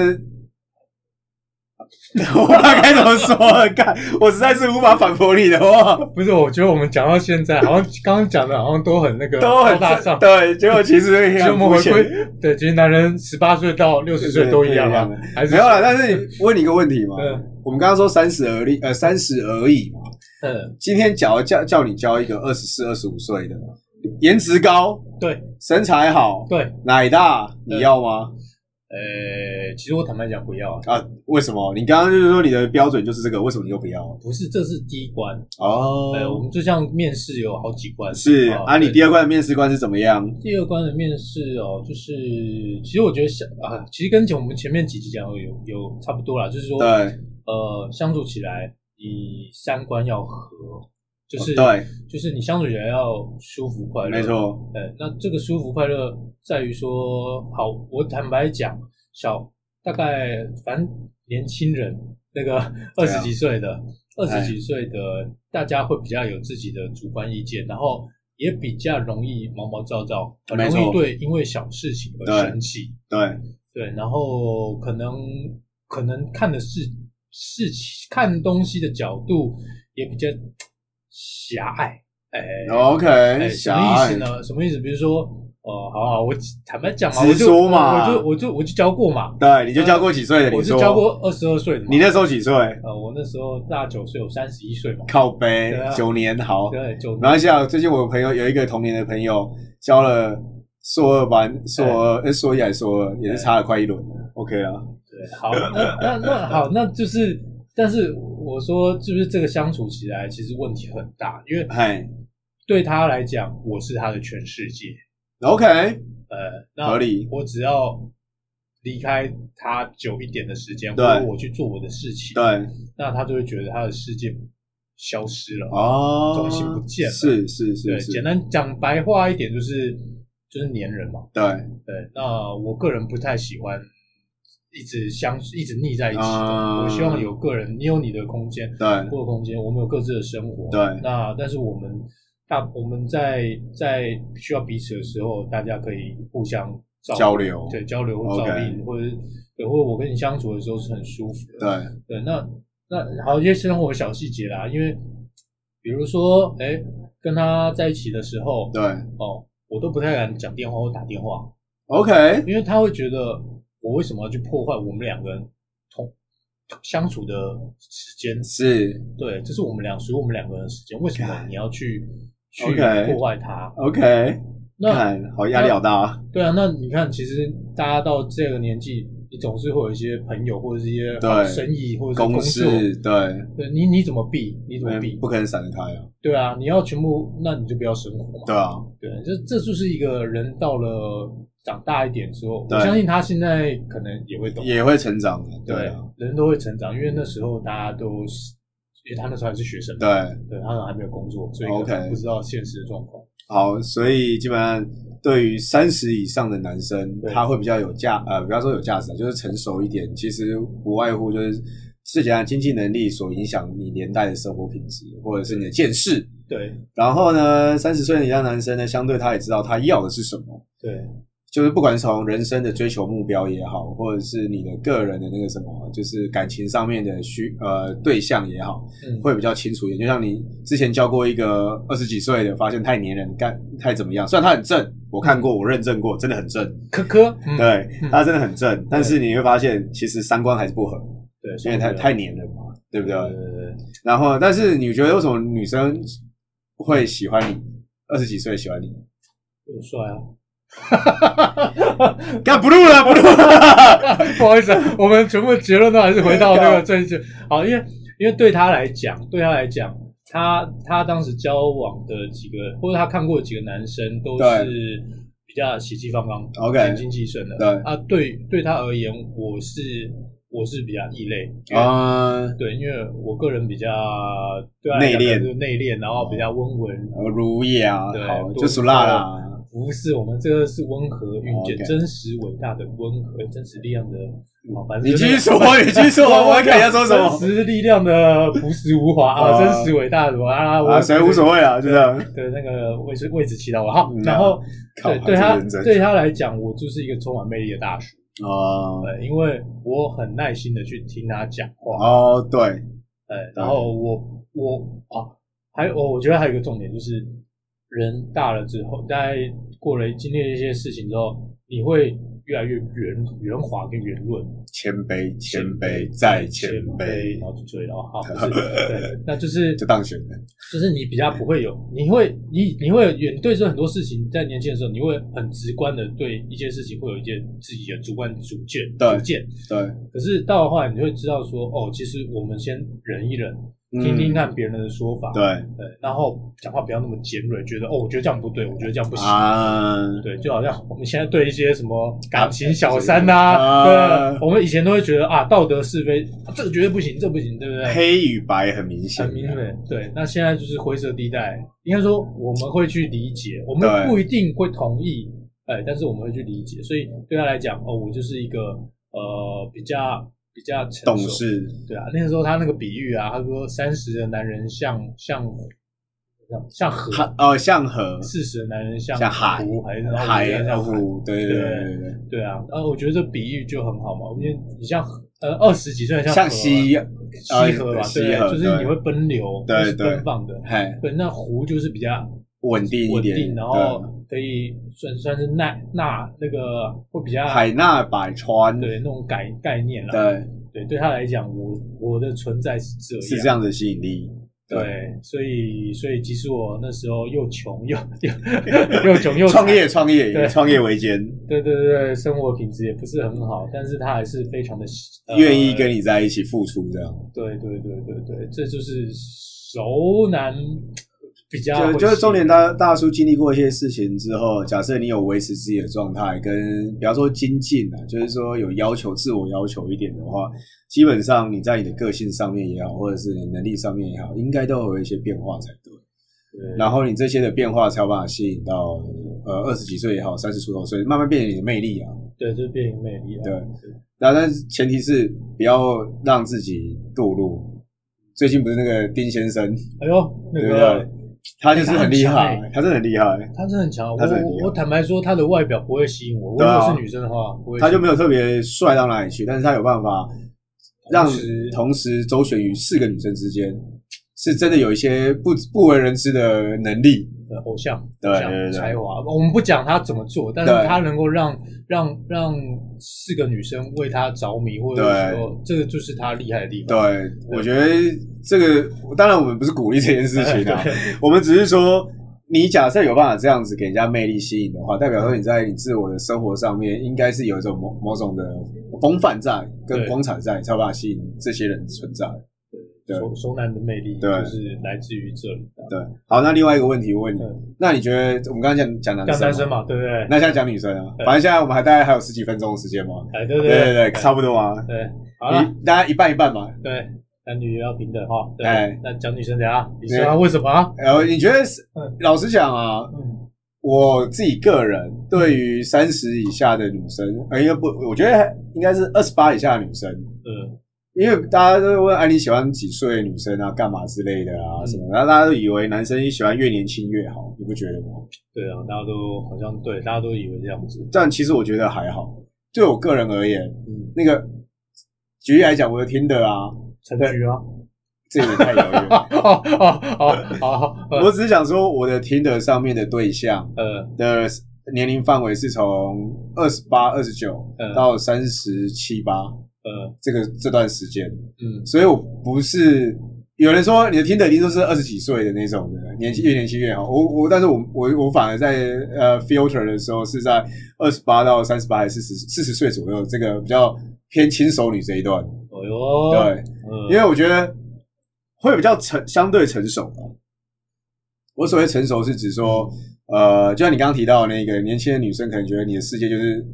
B: 我不知道该怎么说了，干，我实在是无法反驳你的话，
A: 不是？我觉得我们讲到现在，好像刚刚讲的，好像都很那个
B: 都很
A: 高大上。
B: 对，结果其实
A: 其
B: 也
A: 实我
B: 很
A: 们
B: 肤
A: 回
B: 浅。
A: 归，对，其实男人十八岁到六十岁都一样啊
B: 对对，
A: 还是
B: 没有啦，但是你问你一个问题嘛，
A: 嗯
B: 我们刚刚说三十而立，呃，三十而已嘛。
A: 嗯，
B: 今天假如叫叫你交一个二十四、二十五岁的，颜值高、
A: 对
B: 身材好、
A: 对，
B: 奶大，你
A: 对
B: 要吗？
A: 呃，其实我坦白讲不要啊，
B: 啊，为什么？你刚刚就是说你的标准就是这个，为什么你又不要？
A: 不是，这是第一关。呃，我
B: 哦，
A: 们就像面试有好几关，
B: 是
A: 哦
B: 啊，你
A: 对
B: 第二关的面试官是怎么样？
A: 第二关的面试哦，就是其实我觉得想啊，其实跟前我们前面几集讲的有有差不多啦，就是说
B: 对
A: 呃，相处起来你三观要合，就是
B: 哦对，
A: 就是你相处起来要舒服快乐，
B: 没。错，
A: 呃，那这个舒服快乐在于说，好，我坦白讲，小大概反正年轻人那 个二
B: 啊
A: 十几岁的，二
B: 哎
A: 十几岁的，大家会比较有自己的主观意见，然后也比较容易毛毛躁躁，很
B: 没
A: 容
B: 错
A: 易对因为小事情而
B: 对
A: 生气。
B: 对
A: 对，然后可能可能看的事事情看东西的角度也比较狭隘，哎、
B: 哦，OK，
A: 哎，什
B: 狭
A: 么意思
B: 隘，
A: 呢？什么意思？比如说，哦、好好，我坦白讲嘛，
B: 直
A: 我就
B: 说嘛
A: 我就我就我就教过嘛，
B: 对，你就交过几岁的？
A: 嗯我
B: 你
A: 是
B: 说
A: 教过二十二岁的嘛，
B: 你那时候几岁？
A: 呃，我那时候大九岁，我三十一岁嘛，
B: 靠背
A: 对啊
B: 九年好，
A: 对，九
B: 没关系啊。最近我朋友有一个同年的朋友交了硕二班，硕
A: 哎
B: 二呃硕一还是硕二，也是差了快一轮，OK 啊，
A: 对，好，那那那好，那就是，但是我说，是不是这个相处起来其实问题很大？因为
B: 嗨
A: 对他来讲，我是他的全世界，
B: ，OK，
A: 呃，那
B: 合理，
A: 我只要离开他久一点的时间，或
B: 对
A: 者我去做我的事情，
B: 对，
A: 那他就会觉得他的世界消失了。
B: 哦，
A: 重心不见了
B: 是是
A: 对
B: 是，
A: 简
B: 是，
A: 单讲白话一点，就是就是粘人嘛。
B: 对，
A: 对，那我个人不太喜欢一直相一直腻在一起的。
B: 啊
A: 我希望有个人，你有你的空间，
B: 对
A: 我有空间，我们有各自的生活。
B: 对
A: 那但是我们大我们在在需要彼此的时候，大家可以互相照
B: 交流
A: 对交流或
B: OK
A: 照应，或者对，或者我跟你相处的时候是很舒服的。
B: 对。
A: 对，那那还有一些生活小细节啦，因为比如说，哎，跟他在一起的时候，
B: 对
A: 哦，我都不太敢讲电话或打电话，
B: ，OK，
A: 因为他会觉得我为什么要去破坏我们两个人同相处的时间？
B: 是
A: 对，这是我们俩属于我们两个人的时间，为什么你要去去
B: OK
A: 破坏它？
B: OK，
A: 那
B: 看好压力好大啊，
A: 对啊，那你看，其实大家到这个年纪，你总是会有一些朋友或者是一些
B: 对
A: 生意或者是
B: 公
A: 作。
B: 事对，
A: 对你你怎么避？你怎么避？
B: 不可能闪得开啊，
A: 对啊，你要全部，那你就不要生活嘛。
B: 对啊，
A: 对，这这就是一个人到了长大一点之后，
B: 对
A: 我相信他现在可能也会懂。
B: 也会成长的，对
A: 对
B: 啊，，
A: 人都会成长，因为那时候大家都是，因为他那时候还是学生，
B: 对，
A: 对，他还没有工作，所以
B: OK
A: 可能不知道现实的状况。
B: 好，所以基本上对于三十以上的男生，
A: 对
B: 他会比较有价，呃，不要说有价值啊，就是成熟一点，其实不外乎就是。最简单的经济能力所影响你年代的生活品质，或者是你的见识。
A: 对
B: 然后呢，三十岁以上男生呢，相对他也知道他要的是什么，
A: 对
B: 就是不管从人生的追求目标也好，或者是你的个人的那个什么，就是感情上面的需呃对象也好，
A: 嗯
B: 会比较清楚一点。就像你之前教过一个二十几岁的，发现太黏人，干太怎么样？虽然他很正，我看过，我认证过，真的很正，
A: 科科，嗯
B: 对
A: 嗯
B: 他真的很正。但是你会发现，其实三观还是不合，
A: 对，啊
B: 因为太太黏人嘛，对不对？
A: 对对对，
B: 然后，但是你觉得为什么女生会喜欢你？二十几岁喜欢你？
A: 有帅啊！
B: 干不录了，不录 了。
A: 不好意思、 啊，我们全部结论都还是回到那个最近。好，因为因为对他来讲，对他来讲，他他当时交往的几个，或者他看过的几个男生，都是比较血气方刚、
B: OK
A: 年轻气盛的。
B: 对
A: 啊，对对他而言，我是我是比较异类因为
B: 啊，
A: 对，因为我个人比较对他来
B: 内
A: 讲
B: 敛
A: 就是内敛，然后比较温文，
B: 如意啊，
A: 对
B: 好，
A: 多
B: 就属辣啦。
A: 不是我们这个是温和遇见
B: 哦 OK 嗯
A: 真实伟大的温和真实力量的。哦反正
B: 你
A: 就是
B: 继 续说，你继续说，我我看你要说什么
A: 真实力量的朴实无华啊，
B: 啊
A: 真实伟大什么啊，我
B: 啊？谁无所谓啊，就这样。
A: 对那个位置位置祈祷我好
B: 嗯，
A: 然后
B: 靠
A: 对对他
B: 还真认真
A: 对他来讲，我就是一个充满魅力的大叔，呃
B: 哦
A: 对，因为我很耐心的去听他讲话，
B: 哦，对，
A: 对，呃然后我我啊，还有我我觉得还有一个重点就是，人大了之后，大概过了经历了一些事情之后，你会越来越圆圆滑跟圆润，
B: 谦卑，谦卑，再谦卑，
A: 然后就追了哈，就是 对，那就是
B: 就当选了。
A: 就是你比较不会有，你会你你会有你对这很多事情，在年轻的时候，你会很直观的对一件事情会有一些自己的主观主见
B: 对
A: 主见。
B: 对，
A: 可是到的话，你会知道说，哦，其实我们先忍一忍，
B: 嗯
A: 听听看别人的说法，
B: 对
A: 对，然后讲话不要那么尖锐，觉得哦，我觉得这样不对，我觉得这样不行。
B: 啊，
A: 对，就好像我们现在对一些什么感情小三呐、
B: 啊
A: 对，我们以前都会觉得啊，道德是非，啊这个绝对不行，这不行，对不对？
B: 黑与白很明显，啊
A: 很明锐，对。那现在就是灰色地带，应该说我们会去理解，我们
B: 对
A: 不一定会同意，哎，但是我们会去理解。所以对他来讲，哦，我就是一个呃比较比较成熟
B: 懂，事，
A: 对啊。那个时候他那个比喻啊，他说三十的男人像像像河，
B: 哈哦，向和，
A: 四十的男人像
B: 像海
A: 湖还是然后我觉
B: 海
A: 得像海
B: 湖，对对对对
A: 对啊。然后我觉得这比喻就很好嘛，因为你像呃二十几岁的
B: 对，
A: 像河
B: 像
A: 啊
B: 西，呃
A: 西河吧，
B: 西
A: 对，啊
B: 河
A: 就是你
B: 对
A: 会奔流，
B: 对
A: 就是
B: 对
A: 奔放的。
B: 嘿，
A: 对，那湖就是比较
B: 稳定一
A: 稳
B: 点，
A: 定，然后可以算算是纳纳那个会比较
B: 对海纳百川，
A: 对那种概概念啦。
B: 对，
A: 对，对他来讲，我我的存在是这样。
B: 是这样的吸引力，
A: 对，所以所以即使我那时候又穷又 又又穷又
B: 创
A: 惨
B: 业，创业
A: 对
B: 以创业为艰，
A: 对对对对，生活品质也不是很好，但是他还是非常的呃
B: 愿意跟你在一起付出，这样，
A: 对对对对对，这就是熟男比较
B: 就
A: 会
B: 就是
A: 吸
B: 重点
A: 引
B: 大大叔经历过一些事情之后，假设你有维持自己的状态，跟比方说精进啊，就是说有要求、自我要求一点的话，基本上你在你的个性上面也好，或者是你能力上面也好，应该都会有一些变化才对。
A: 对
B: 然后你这些的变化才有办法吸引到呃二十几岁也好，三十出头岁，慢慢变成你的魅力啊。
A: 对，就是变有魅力了。
B: 对那但是前提是不要让自己堕落。最近不是那个丁先生，
A: 哎呦，那
B: 对不啊
A: 个
B: 对。他就是很厉
A: 他很
B: 害
A: 强欸，
B: 他真的很厉害，
A: 他真的很强，我
B: 他真的很厉害
A: 我坦白说，他的外表不会吸引我。如
B: 对啊
A: 果是女生的话，不会吸引我。
B: 他就没有特别帅到哪里去，但是他有办法让
A: 同时
B: 同时周旋于四个女生之间，是真的有一些不不为人知的能力。
A: 呃偶像，
B: 对
A: 偶像
B: 对对对
A: 才华。我们不讲他怎么做，但是
B: 对
A: 他能够让让让四个女生为他着迷，或者
B: 对
A: 说这个就是他厉害的地
B: 对
A: 方。，
B: 我觉得这个当然我们不是鼓励这件事情啊，我们只是说，你假设有办法这样子给人家魅力吸引的话，代表说你在你自我的生活上面应该是有一种某某种的风范在跟
A: 对
B: 光彩在，才有办法吸引这些人存在。对
A: 熟熟男的魅力
B: 对
A: 就是来自于这里。
B: 对，好，那另外一个问题我问你
A: 嗯，
B: 那你觉得我们刚刚讲讲男
A: 像
B: 生
A: 单
B: 嘛
A: 身嘛，对不对？
B: 那现在讲女生啊，
A: 对
B: 反正现在我们还大概还有十几分钟的时间嘛。
A: 哎，对
B: 对
A: 对
B: 对对，差不多啊。
A: 对，好了，
B: 你大家一半一半嘛。
A: 对，男女也要平等哈。对
B: 哎，
A: 那讲女生怎样？你
B: 对
A: 说她为什么啊？
B: 然后你觉得是
A: 嗯，
B: 老实讲啊，
A: 嗯，
B: 我自己个人对于三十以下的女生，呃，应该不，我觉得应该是二十八以下的女生，
A: 对
B: 因为大家都会问，哎，你喜欢几岁的女生啊，干嘛之类的啊，
A: 嗯
B: 什么？然后大家都以为男生喜欢越年轻越好，你不觉得吗？
A: 对啊，大家都好像对，大家都以为这样子。
B: 但其实我觉得还好，对我个人而言，
A: 嗯，
B: 那个举例来讲，我的听的啊，
A: 陈菊吗？
B: 这有点太遥远了。
A: 哦哦哦哦，
B: 我只是想说，我的听的上面的对象
A: 呃
B: 的年龄范围是从二十八、二十九
A: 嗯
B: 到三十七八
A: 呃
B: 这个这段时间，
A: 嗯
B: 所以我不是有人说你的听的一定都是二十几岁的那种的，年纪越年轻越好。我我，但是我我我反而在呃 filter 的时候是在二十八到三十八还是四十四十岁左右，这个比较偏轻熟女这一段。
A: 哦哟，
B: 对，
A: 嗯，
B: 因为我觉得会比较成相对成熟吧。我所谓成熟是指说，呃，就像你刚刚提到的那个年轻的女生，可能觉得你的世界就是，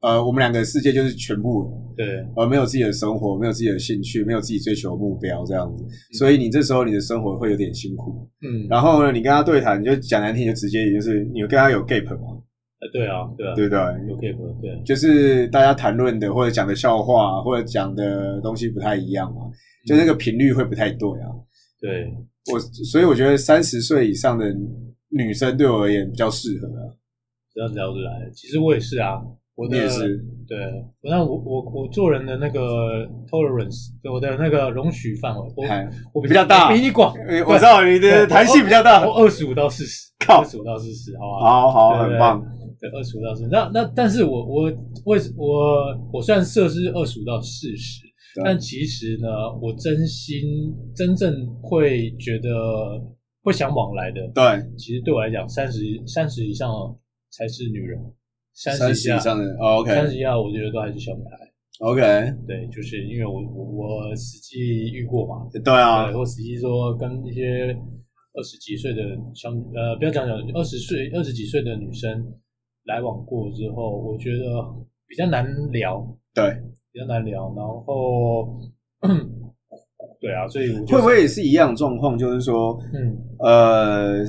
B: 呃，我们两个世界就是全部了。
A: 对
B: 而呃没有自己的生活，没有自己的兴趣，没有自己追求的目标这样子，所以你这时候你的生活会有点辛苦。
A: 嗯，
B: 然后呢，你跟他对谈，你就讲难听，就直接也就是你跟他有 gap 嘛，
A: 呃对啊，对啊，
B: 对不对？
A: 有 gap，对，
B: 就是大家谈论的或者讲的笑话啊或者讲的东西不太一样嘛，就那个
A: 嗯
B: 频率会不太对啊。
A: 对，
B: 我所以我觉得三十岁以上的女生对我而言比较适合啊，
A: 这样聊得来。其实我也是啊，我
B: 你
A: 的
B: 也是，
A: 对，那我我我做人的那个 tolerance，对我的那个容许范围，我
B: 哎，
A: 我
B: 比较大
A: 我比你广，
B: 呃我知道你的弹性比较大，
A: 我二十五到四十，
B: 靠
A: 二十五到四十，好吧，
B: 好好，
A: 对对
B: 很
A: 对
B: 棒，
A: 对，二十五到四十。那那但是我我为我我虽然设是二十五到四十，
B: 对
A: 但其实呢，我真心真正会觉得会想往来的，
B: 对，
A: 其实对我来讲，三十三十以上才是女人，三
B: 三
A: 十
B: 十以
A: 下
B: 上的哦
A: 三
B: ，OK
A: 十以下，我觉得都还是小女孩。
B: OK，
A: 对，就是因为我我我实际遇过嘛，
B: 对啊，
A: 对，或实际说跟一些二十几岁的相呃，不要讲讲二十岁二十几岁的女生来往过之后，我觉得比较难聊，
B: 对，
A: 比较难聊。然后， 对啊，所以我、就是、
B: 会不会也是一样的状况？就是说，
A: 嗯
B: 呃，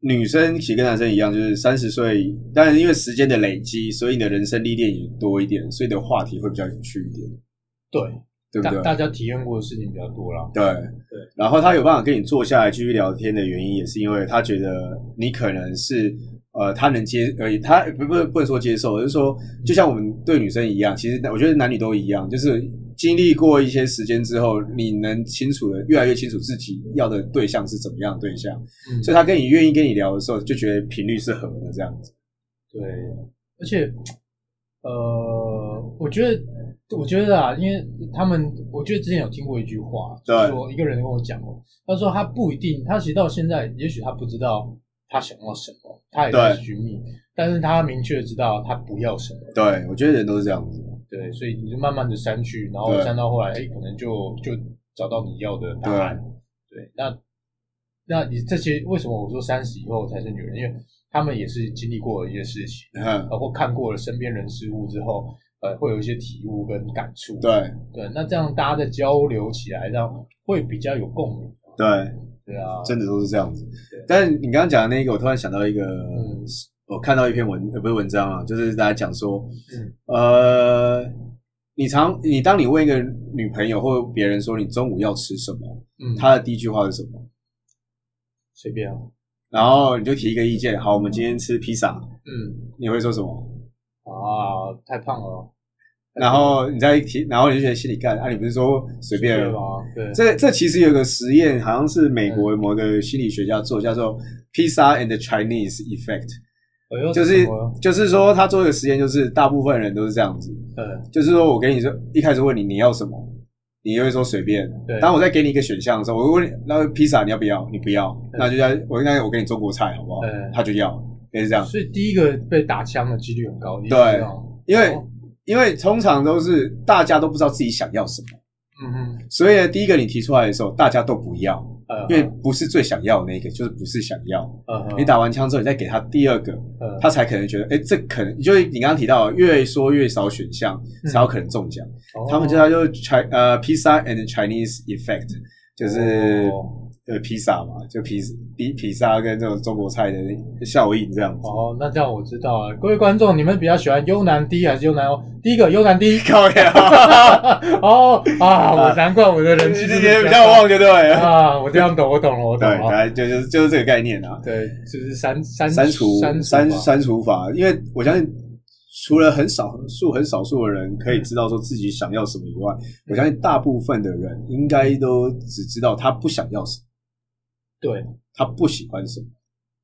B: 女生其实跟男生一样，就是三十岁，当然因为时间的累积，所以你的人生历练也多一点，所以你的话题会比较有趣一点，
A: 对
B: 对不
A: 大
B: 对？
A: 大家体验过的事情比较多啦。
B: 对
A: 对
B: 然后他有办法跟你坐下来继续聊天的原因，也是因为他觉得你可能是呃，他能接呃，他不不不能说接受，而是说就像我们对女生一样，其实我觉得男女都一样，就是经历过一些时间之后，你能清楚的越来越清楚自己要的对象是怎么样的对象，
A: 嗯
B: 所以他跟你愿意跟你聊的时候，就觉得频率是合的这样子。
A: 对，而且，呃，我觉得，我觉得啊，因为他们，我觉得之前有听过一句话，就
B: 对
A: 是说一个人跟我讲过，他说他不一定，他其实到现在，也许他不知道他想要什么，他也在
B: 对
A: 寻觅，但是他明确知道他不要什么，
B: 对，我觉得人都是这样子。
A: 对，所以你就慢慢的删去，然后
B: 对
A: 删到后来，哎，可能就就找到你要的答案，对，那。那你这些为什么我说三十以后才是女人？因为他们也是经历过一些事情，
B: 嗯，
A: 包括看过了身边人事物之后，呃，会有一些体悟跟感触。
B: 对
A: 对，那这样大家在交流起来，让会比较有共鸣。
B: 对，
A: 对啊，
B: 真的都是这样子
A: 对。
B: 但你刚刚讲的那个，我突然想到一个，
A: 嗯
B: 我看到一篇文，呃，不是文章啊，就是大家讲说，
A: 嗯
B: 呃，你常你当你问一个女朋友或别人说你中午要吃什么，
A: 嗯，
B: 她的第一句话是什么？
A: 随便啊，
B: 然后你就提一个意见，好，我们今天吃披萨，
A: 嗯
B: 你会说什么？
A: 啊，太胖了，
B: 然后你再提，然后你就觉得心里干，啊，你不是说随便
A: 对
B: 了
A: 吧
B: 吗？？
A: 对，
B: 这这其实有个实验，好像是美国某个心理学家做，叫做 “pizza and the Chinese effect”。
A: 哎呦
B: 就是
A: 什么
B: 就是说，他做一个实验，就是大部分人都是这样子，
A: 嗯
B: 就是说我给你说一开始问你你要什么，你就会说随便。
A: 对
B: 当我再给你一个选项的时候，我会问你，那披萨你要不要？你不要，
A: 对
B: 那就要我那我给你中国菜好不好
A: 嗯？
B: 他就要，也是这样，
A: 所以第一个被打枪的几率很高，你
B: 对
A: 知道
B: 因为
A: 哦
B: 因为通常都是大家都不知道自己想要什么，
A: 嗯嗯
B: 所以呢，第一个你提出来的时候，大家都不要，
A: 呃，
B: 因为不是最想要的那一个，就是不是想要。
A: 呃
B: 你打完枪之后，你再给他第二个，
A: 呃
B: 他才可能觉得，哎、这可能就是你刚刚提到，越说越少选项，
A: 嗯
B: 才有可能中奖。
A: 哦
B: 他们叫它就是 Chi 呃 Pizza and Chinese Effect，就是、
A: 哦
B: 呃披萨嘛，就披披披萨跟这种中国菜的效应这样子。
A: 哦，那这样我知道了。各位观众，你们比较喜欢优南 D 还是优南 O？第一个优南 D，
B: 靠呀，
A: 哦啊，我难怪我的人
B: 你
A: 气
B: 今天比较旺就对了。
A: 啊！我这样懂，我懂了，我
B: 对
A: 懂，
B: 大
A: 了。
B: 概就就是就是这个概念啊。
A: 对，就是删删
B: 删除
A: 删
B: 删
A: 除吧
B: 删除法，因为我相信，除了很少数很少数的人可以知道说自己想要什么以外，我相信大部分的人应该都只知道他不想要什么，
A: 对
B: 他不喜欢什么，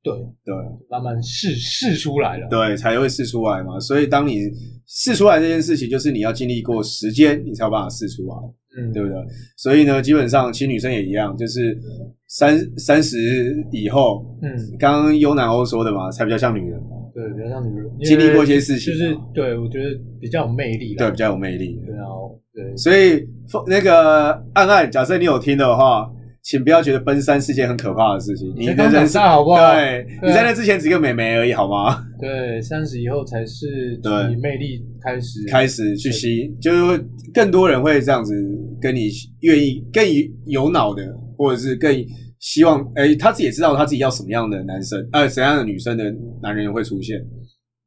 A: 对，
B: 对
A: 慢慢试试出来了。
B: 对，才会试出来嘛。所以当你试出来这件事情，就是你要经历过时间，你才有办法试出来。
A: 嗯，
B: 对不对？所以呢，基本上其实女生也一样，就是三三十以后，
A: 嗯，
B: 刚刚优南欧说的嘛，才比较像女人，
A: 对，比较像女人
B: 经历过一些事情
A: 就
B: 啊
A: 是对我觉得比较有魅力啦
B: 对，比较有魅力。
A: 对啊，对，
B: 所以那个暗暗，假设你有听的话，请不要觉得奔三是件很可怕的事情。你
A: 才
B: 的
A: 刚长
B: 人生，
A: 大好不好？
B: 对，
A: 对啊
B: 你在那之前只是个美眉而已，好吗？
A: 对，三十以后才是
B: 对
A: 你魅力开始
B: 开始去吸，就是会更多人会这样子跟你愿意更有脑的，或者是更希望，哎、他自己也知道他自己要什么样的男生，呃，怎样的女生的男人会出现。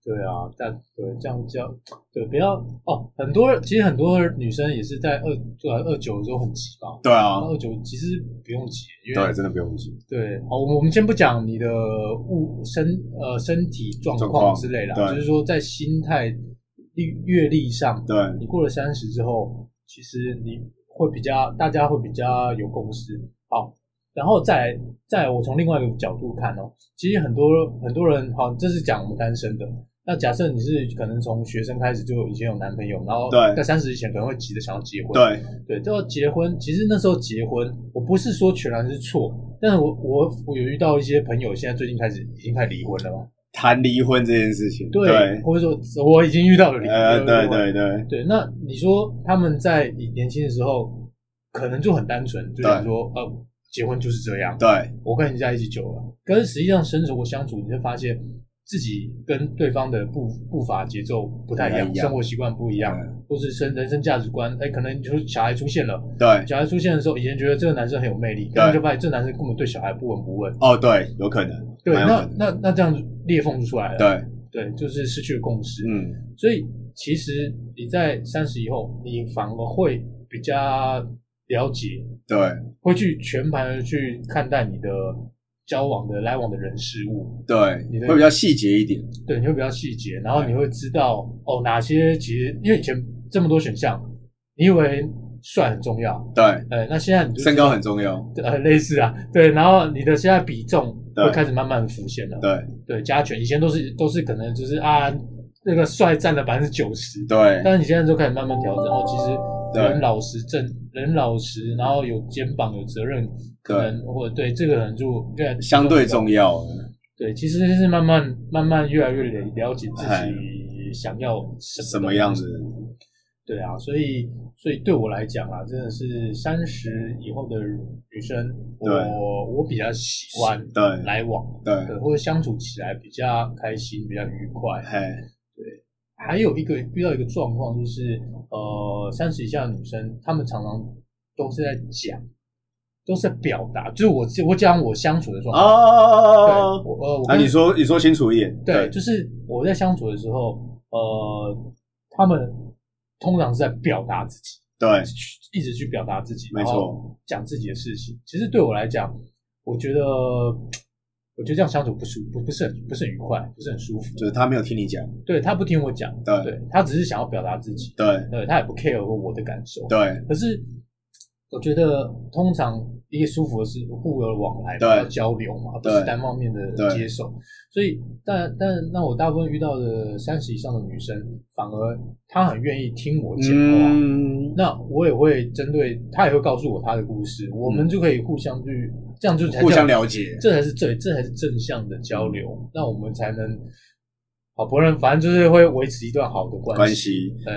A: 对啊，但对这样叫对不要哦，很多其实很多女生也是在二对啊二九的时候很急吧。
B: 对啊，
A: 二九其实不用急，因为
B: 对，啊真的不用急。
A: 对，好，我们我们先不讲你的物身呃身体状
B: 状况
A: 况之类
B: 对
A: 的，就是说在心态历阅历上，
B: 对，
A: 你过了三十之后，其实你会比较，大家会比较有共识。好，然后再来再来我从另外一个角度看哦，其实很多很多人，好，这是讲我们单身的。那假设你是可能从学生开始就已经有男朋友，然后
B: 对
A: 在三十以前可能会急着想要结婚，
B: 对，
A: 对，到结婚，其实那时候结婚，我不是说全然是错，但是我我我有遇到一些朋友，现在最近开始已经开始离婚了嘛，
B: 谈离婚这件事情，
A: 对，或者说我已经遇到了离婚，
B: 呃，对
A: 不
B: 对对，
A: 对，那你说他们在以年轻的时候，可能就很单纯，就想说，呃，结婚就是这样，
B: 对，
A: 我跟你在一起久了，可是实际上生活相处，你会发现自己跟对方的步步伐节奏不太一
B: 不太
A: 样，
B: 一样
A: 生活习惯不一样，或是生人生价值观，哎，可能就是小孩出现了，
B: 对，
A: 小孩出现的时候，以前觉得这个男生很有魅力，但是就发现这男生根本对小孩不闻不问，
B: 哦，对，有可能，
A: 对，
B: 蛮有可
A: 那
B: 能，
A: 那那这样子裂缝就出来了，
B: 对，
A: 对，就是失去了共识，
B: 嗯，
A: 所以其实你在三十以后，你反而会比较了解，
B: 对
A: 会去全盘的去看待你的交往的来往的人事物，你
B: 对，
A: 的
B: 会比较细节一点，
A: 对，你会比较细节，然后你会知道哦哪些其实因为以前这么多选项，你以为帅很重要，
B: 对，
A: 呃，那现在你就
B: 身高很重要，
A: 呃类似啊，对，然后你的现在比重
B: 对
A: 会开始慢慢浮现了，
B: 对
A: 对，加权以前都是都是可能就是啊那个帅占了百分之九十，
B: 对
A: 但是你现在就开始慢慢调整，哦，其实
B: 对
A: 人老实正，人老实，然后有肩膀有责任，可能或者对这个人就越来
B: 相对重要，
A: 对，其实是慢慢慢慢越来越了了解自
B: 哎
A: 己想要
B: 什
A: 什
B: 么
A: 么
B: 样
A: 子。
B: 子？
A: 对啊，所以所以对我来讲啊，真的是三十以后的女生，
B: 对
A: 我我比较喜欢
B: 对
A: 来往，
B: 对，
A: 对，或者相处起来比较开心，比较愉快。
B: 嘿，
A: 还有一个遇到一个状况就是，呃，三十以下的女生，她们常常都是在讲，都是在表达，就是我我讲我相处的状况。对，
B: 哦，
A: 我呃，我
B: 啊，
A: 跟
B: 你说你说清楚一点，
A: 对，就是我在相处的时候，呃，她们通常是在表达自己，
B: 对，
A: 去一直去表达自己，
B: 没
A: 然后
B: 错，
A: 讲自己的事情。其实对我来讲，我觉得，我觉得这样相处不舒不不是很不是很愉快，不是很舒服。
B: 就是他没有听你讲，
A: 对她不听我讲，
B: 对
A: 对她只是想要表达自己。
B: 对
A: 对他也不 care 我的感受。
B: 对
A: 可是我觉得通常一个舒服的是互有往来，
B: 对
A: 要交流嘛，不
B: 对
A: 是单方面的
B: 对
A: 接受。所以，但但那我大部分遇到的三十以上的女生，反而她很愿意听我讲话。
B: 嗯，
A: 那我也会针对她，也会告诉我她的故事，我们就可以互相去，这样就才
B: 嗯互
A: 叫
B: 相了嗯解，
A: 这才是最，这才是正向的交流，那我们才能好，不然反正就是会维持一段好的关
B: 关
A: 系。
B: 系。
A: 对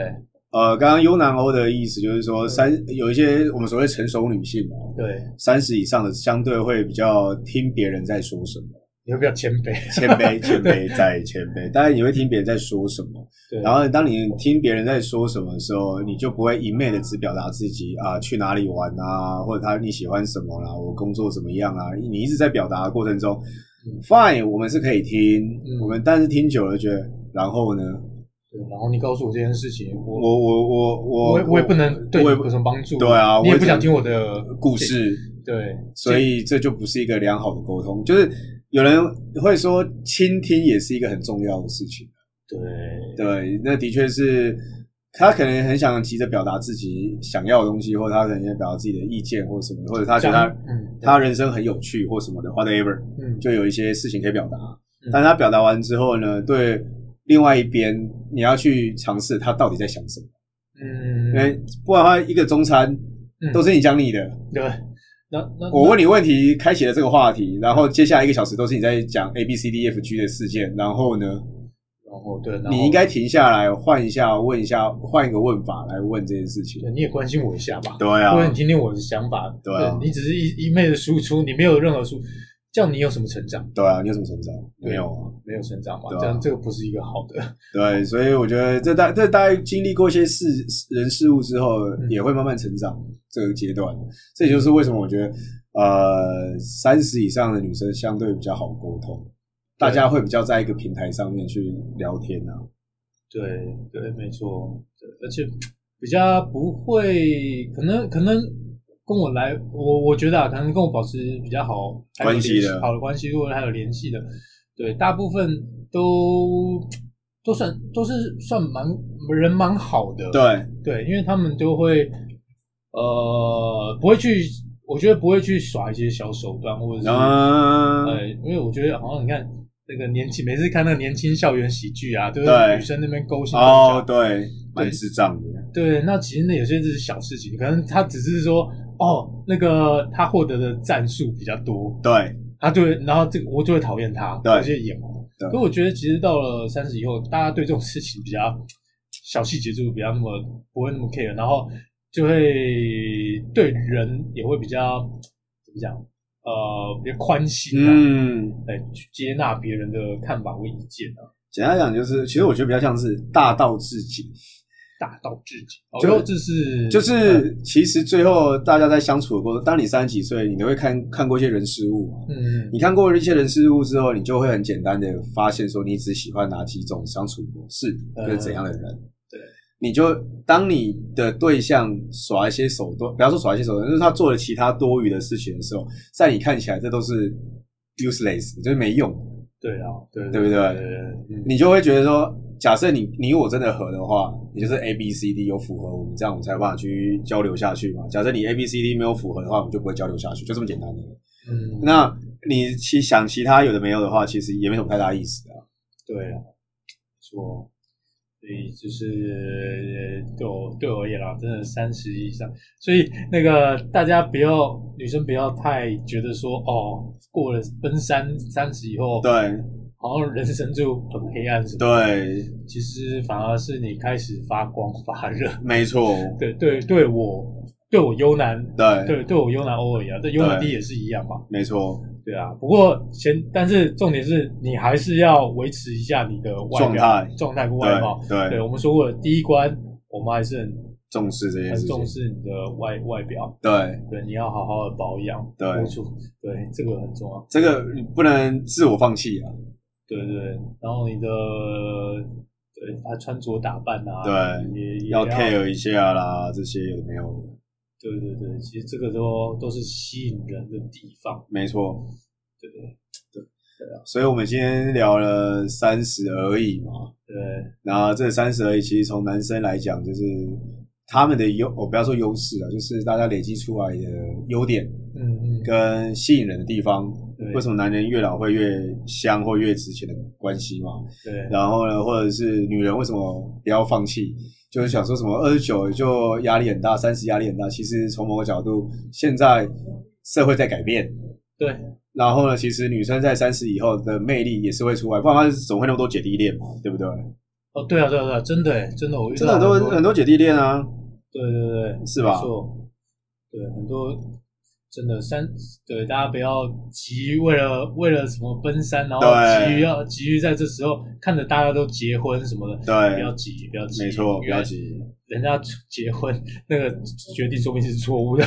B: 呃，刚刚优南欧的意思就是说，三有一些我们所谓成熟女性嘛，
A: 对，
B: 三十以上的相对会比较听别人在说什么，
A: 你会比较谦卑。
B: 谦 卑，谦卑再谦卑。当然你会听别人在说什么，
A: 对，
B: 然后当你听别人在说什么的时候，你就不会一昧的只表达自己啊，去哪里玩啊，或者他你喜欢什么啦、我工作怎么样啊，你一直在表达的过程中
A: 嗯
B: ，fine，我们是可以听，
A: 嗯
B: 我们但是听久了觉得，然后呢，
A: 对，然后你告诉我这件事情，
B: 我
A: 我
B: 我我我
A: 我也我也不能对你
B: 我也
A: 有什么帮助，
B: 对啊
A: 你
B: 我也
A: 也
B: 只
A: 不想听我的
B: 故，事，
A: 对，
B: 所以这就不是一个良好的沟通。就是有人会说，倾听也是一个很重要的事情。
A: 对
B: 对，那的确是他可能很想急着表达自己想要的东西，或者他可能也表达自己的意见或什么，或者他觉得他
A: 嗯
B: 他人生很有趣或什么的，whatever，
A: 嗯
B: 就有一些事情可以表达。但他表达完之后呢，对另外一边你要去尝试他到底在想什么，
A: 嗯
B: 因为不然的话，一个中餐
A: 嗯
B: 都是你讲你的。
A: 对，那那
B: 我问你问题，开启了这个话题，然后接下来一个小时都是你在讲 A B C D E F G 的事件，然后呢，
A: 然后对，然后
B: 你应该停下来换一下，问一下，换一个问法来问这件事情。
A: 对你也关心我一下吧，
B: 对
A: 或者你听听我的想法，
B: 啊对啊
A: 你只是一一昧的输出，你没有任何输，这样你有什么成长？
B: 对啊，你有什么成长？
A: 对
B: 没有啊。
A: 没有成长嘛，
B: 对啊
A: 这样这个不是一个好的，
B: 对，所以我觉得这大这大概经历过一些事人事物之后，
A: 嗯
B: 也会慢慢成长这个阶段。这也就是为什么我觉得，呃，三十以上的女生相对比较好沟通，大家会比较在一个平台上面去聊天啊。
A: 对对，没错，对，而且比较不会，可能可能跟我来，我我觉得啊，可能跟我保持比较好还有
B: 关系的
A: 联好的关系，如果还有联系的，对，大部分都都算都是算蛮人蛮好的，
B: 对，啊
A: 对，因为他们都会呃不会去，我觉得不会去耍一些小手段，或者是、
B: 啊，
A: 呃，因为我觉得好像你看那个年轻，每次看那个年轻校园喜剧啊，就是
B: 对
A: 女生那边勾心斗角，
B: 哦，对，蛮智障的。
A: 对，那其实那有些只是小事情，可能他只是说哦，那个他获得的战术比较多，
B: 对，
A: 他啊对，然后这个我就会讨厌他，
B: 对
A: 我就眼红。
B: 对
A: 可我觉得其实到了三十以后，大家对这种事情比较小细节就比较那么不会那么 care，然后就会对人也会比较怎么讲，呃，比较宽心啊，
B: 嗯，
A: 来去接纳别人的看法或意见啊，
B: 简单讲就是，其实我觉得比较像是大道至简，
A: 大道至简。哦
B: 就
A: 哟这是
B: 就是其实最后大家在相处的过程，当你三十几岁，你都会看看过一些人事物嘛。
A: 嗯，
B: 你看过一些人事物之后，你就会很简单的发现说，你只喜欢哪几种相处模式跟怎样的人。
A: 对，
B: 你就当你的对象耍一些手段，不要说耍一些手段，就是他做了其他多余的事情的时候，在你看起来这都是 useless，就是没用的。
A: 对啊，对
B: 对不对
A: 嗯
B: 你就会觉得说，假设你你我真的合的话，你就是 A B C D 有符合我们，这样我们才有办法去交流下去嘛。假设你 A B C D 没有符合的话，我们就不会交流下去，就这么简单的。
A: 嗯，
B: 那你其想其他有的没有的话，其实也没什么太大意思啊。
A: 对啊，没错。所以就是呃对我对我而言啦，真的三十以上，所以那个大家不要女生不要太觉得说哦，过了奔三三十以后，，
B: 对
A: 好像人生就很黑暗什么。，
B: 对，
A: 其实反而是你开始发光发热。
B: 没错，
A: 对对对我对我优男，
B: 对
A: 对对我优男偶尔也啊，对优男低也是一样嘛。
B: 没错，
A: 对啊，不过先，但是重点是你还是要维持一下你的外表
B: 状态
A: 状态跟外貌。
B: 对对，
A: 我们说过了，第一关我们还是很
B: 重视这件事
A: 很重
B: 情，
A: 视你的外外表，
B: 对。
A: 对，你要好好的保养，
B: 对
A: 付出，对，这个很重要，
B: 这个你不能自我放弃啊！
A: 对对对。然后你的对他穿着打扮啊，
B: 对
A: 也也
B: 要 care 一下啦，这些有的没有的，
A: 对对对，其实这个都都是吸引人的地方，
B: 没错。
A: 对不对？
B: 所以我们今天聊了三十而已嘛，
A: 对，
B: 那这三十而已，其实从男生来讲，就是他们的优，我不要说优势啊，就是大家累积出来的优点
A: 嗯嗯，
B: 跟吸引人的地方
A: 对。
B: 为什么男人越老会越香或越值钱的关系嘛？
A: 对，
B: 然后呢，或者是女人为什么不要放弃？就是想说什么二十九就压力很大，三十压力很大。其实从某个角度，现在社会在改变，
A: 对，
B: 然后呢，其实女生在三十以后的魅力也是会出来，不然她总会那么多姐弟恋嘛，对不对？
A: 哦，对啊，对啊，对啊，真的耶，真的，我遇
B: 真
A: 到
B: 的很多
A: 多
B: 很多姐弟恋啊，
A: 对对对，
B: 是吧
A: 啊没错，对，很多真的三，对大家不要急于为了为了什么奔三，然后
B: 对
A: 急于要急于在这时候看着大家都结婚什么的，不
B: 对，
A: 要急，不要急，
B: 没错，不
A: 因为
B: 要急。
A: 人家结婚那个决定说明是错 误的，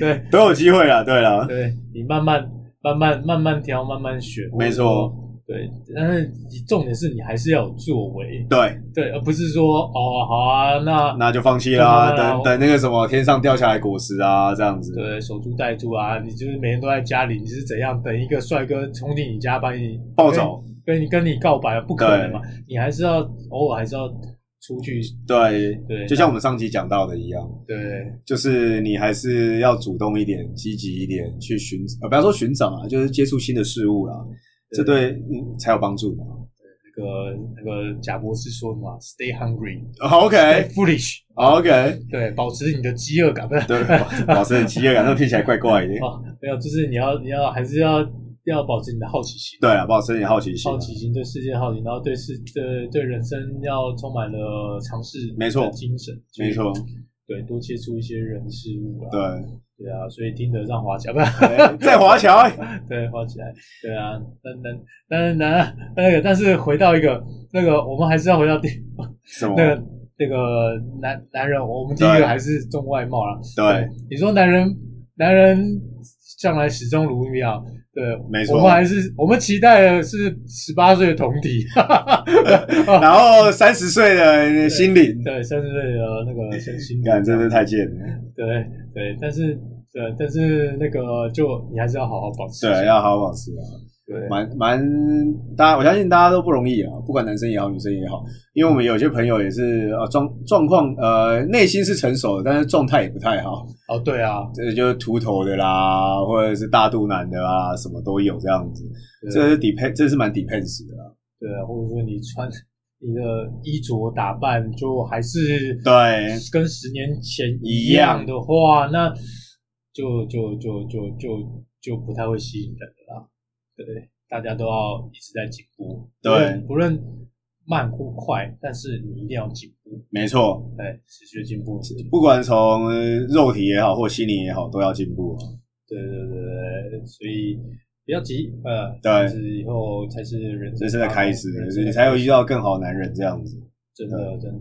A: 对
B: 都有机会啦，对啦，
A: 对，你慢慢慢慢慢慢挑，慢慢选，
B: 没错，
A: 对，但是你重点是你还是要有作为，
B: 对，
A: 对，而不是说哦好啊那。
B: 那就放弃啦，
A: 对
B: 等等那个什么天上掉下来果实啊，这样子，
A: 对，守株待兔啊，你就是每天都在家里，你是怎样等一个帅哥冲进你家把你
B: 暴走，
A: 跟你跟你告白？啊不可能嘛，你还是要偶尔还是要出去，
B: 对，
A: 对，
B: 就像我们上期讲到的一样，
A: 对
B: 就是你还是要主动一点，积极一点去寻，呃，不要说寻找啊，就是接触新的事物啦，这对你才有帮助嘛。
A: 个那个贾博士说的嘛，Stay hungry, stay
B: OK
A: foolish，
B: OK，
A: 对，保持你的饥饿感，不是
B: 对，保保持很饥饿感，那听起来怪怪的。
A: 哦，没有，就是你要你要还是要要保持你的好奇心，
B: 对啊，保持点好奇心啊
A: 好。奇心对世界好奇，然后对世对对人生要充满了尝试，
B: 没错
A: 精神，
B: 没错，
A: 对，多接触一些人事物啊，
B: 对，
A: 对啊，所以听得上华侨， 不是
B: 哎在华侨哎
A: 对，画起来，对啊，但但但是那那个，但是回到一个那个，我们还是要回到第
B: 什么？
A: 那个那个男男人，我们第一
B: 对
A: 个还是重外貌啦。
B: 对，，
A: 你说男人男人向来始终如一啊，对，
B: 没错
A: 我们还是我们期待的是十八岁的同体，
B: 然后三十岁的心灵，
A: 对，三十岁的那个身心，
B: 感真是太贱了。
A: 对对，但是对，但是那个就你还是要好好保持，
B: 对，要好好保持啊，
A: 对，
B: 蛮蛮大家，我相信大家都不容易啊，不管男生也好，女生也好，因为我们有些朋友也是呃状状况呃内心是成熟的，但是状态也不太好，
A: 哦，对啊，
B: 这就是秃头的啦，或者是大肚腩的啦，什么都有这样子，
A: 对
B: 这是 depend，这是蛮 depends 的啦。
A: 对啊，或者说你穿你的衣着打扮就还是
B: 对，
A: 跟十年前
B: 一
A: 一
B: 样
A: 样的话，那就就就就就就不太会吸引人了啦。对，大家都要一直在进步，
B: 对
A: 不论不论慢或快，但是你一定要进步，
B: 没错，
A: 对，持续进步，持续进步
B: 不管从呃肉体也好，或心理也好，都要进步啊。
A: 对对对对对，所以不要急，呃，
B: 对
A: 就是以后才是人
B: 人
A: 生
B: 生的开始，
A: 人生的
B: 你才有遇到更好的男人这样子。
A: 真
B: 嗯
A: 的，真的，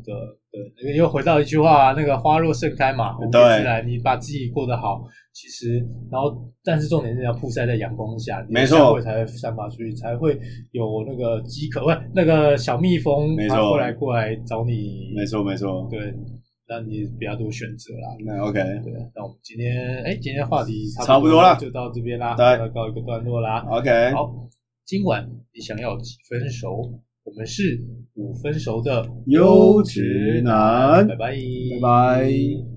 A: 对，那个又回到一句话、那个花若盛开嘛，蝴蝶
B: 对
A: 自来。你把自己过得好，其实，然后，但是重点是要曝晒在阳光下，你的
B: 没错
A: 香味才会散发出去，才会有那个饥渴，不是那个小蜜蜂，
B: 没错
A: 它过来过来找你，
B: 没，错，没错。
A: 对，那你比较多选择啦。
B: 那 OK，
A: 对，那我们今天，哎，今天话题
B: 差不多啦
A: 就到这边啦，
B: 对
A: 要告一个段落啦。
B: OK，
A: 好，今晚你想要几分熟？我们是五分熟的
B: 优质男
A: 拜拜，
B: 拜拜。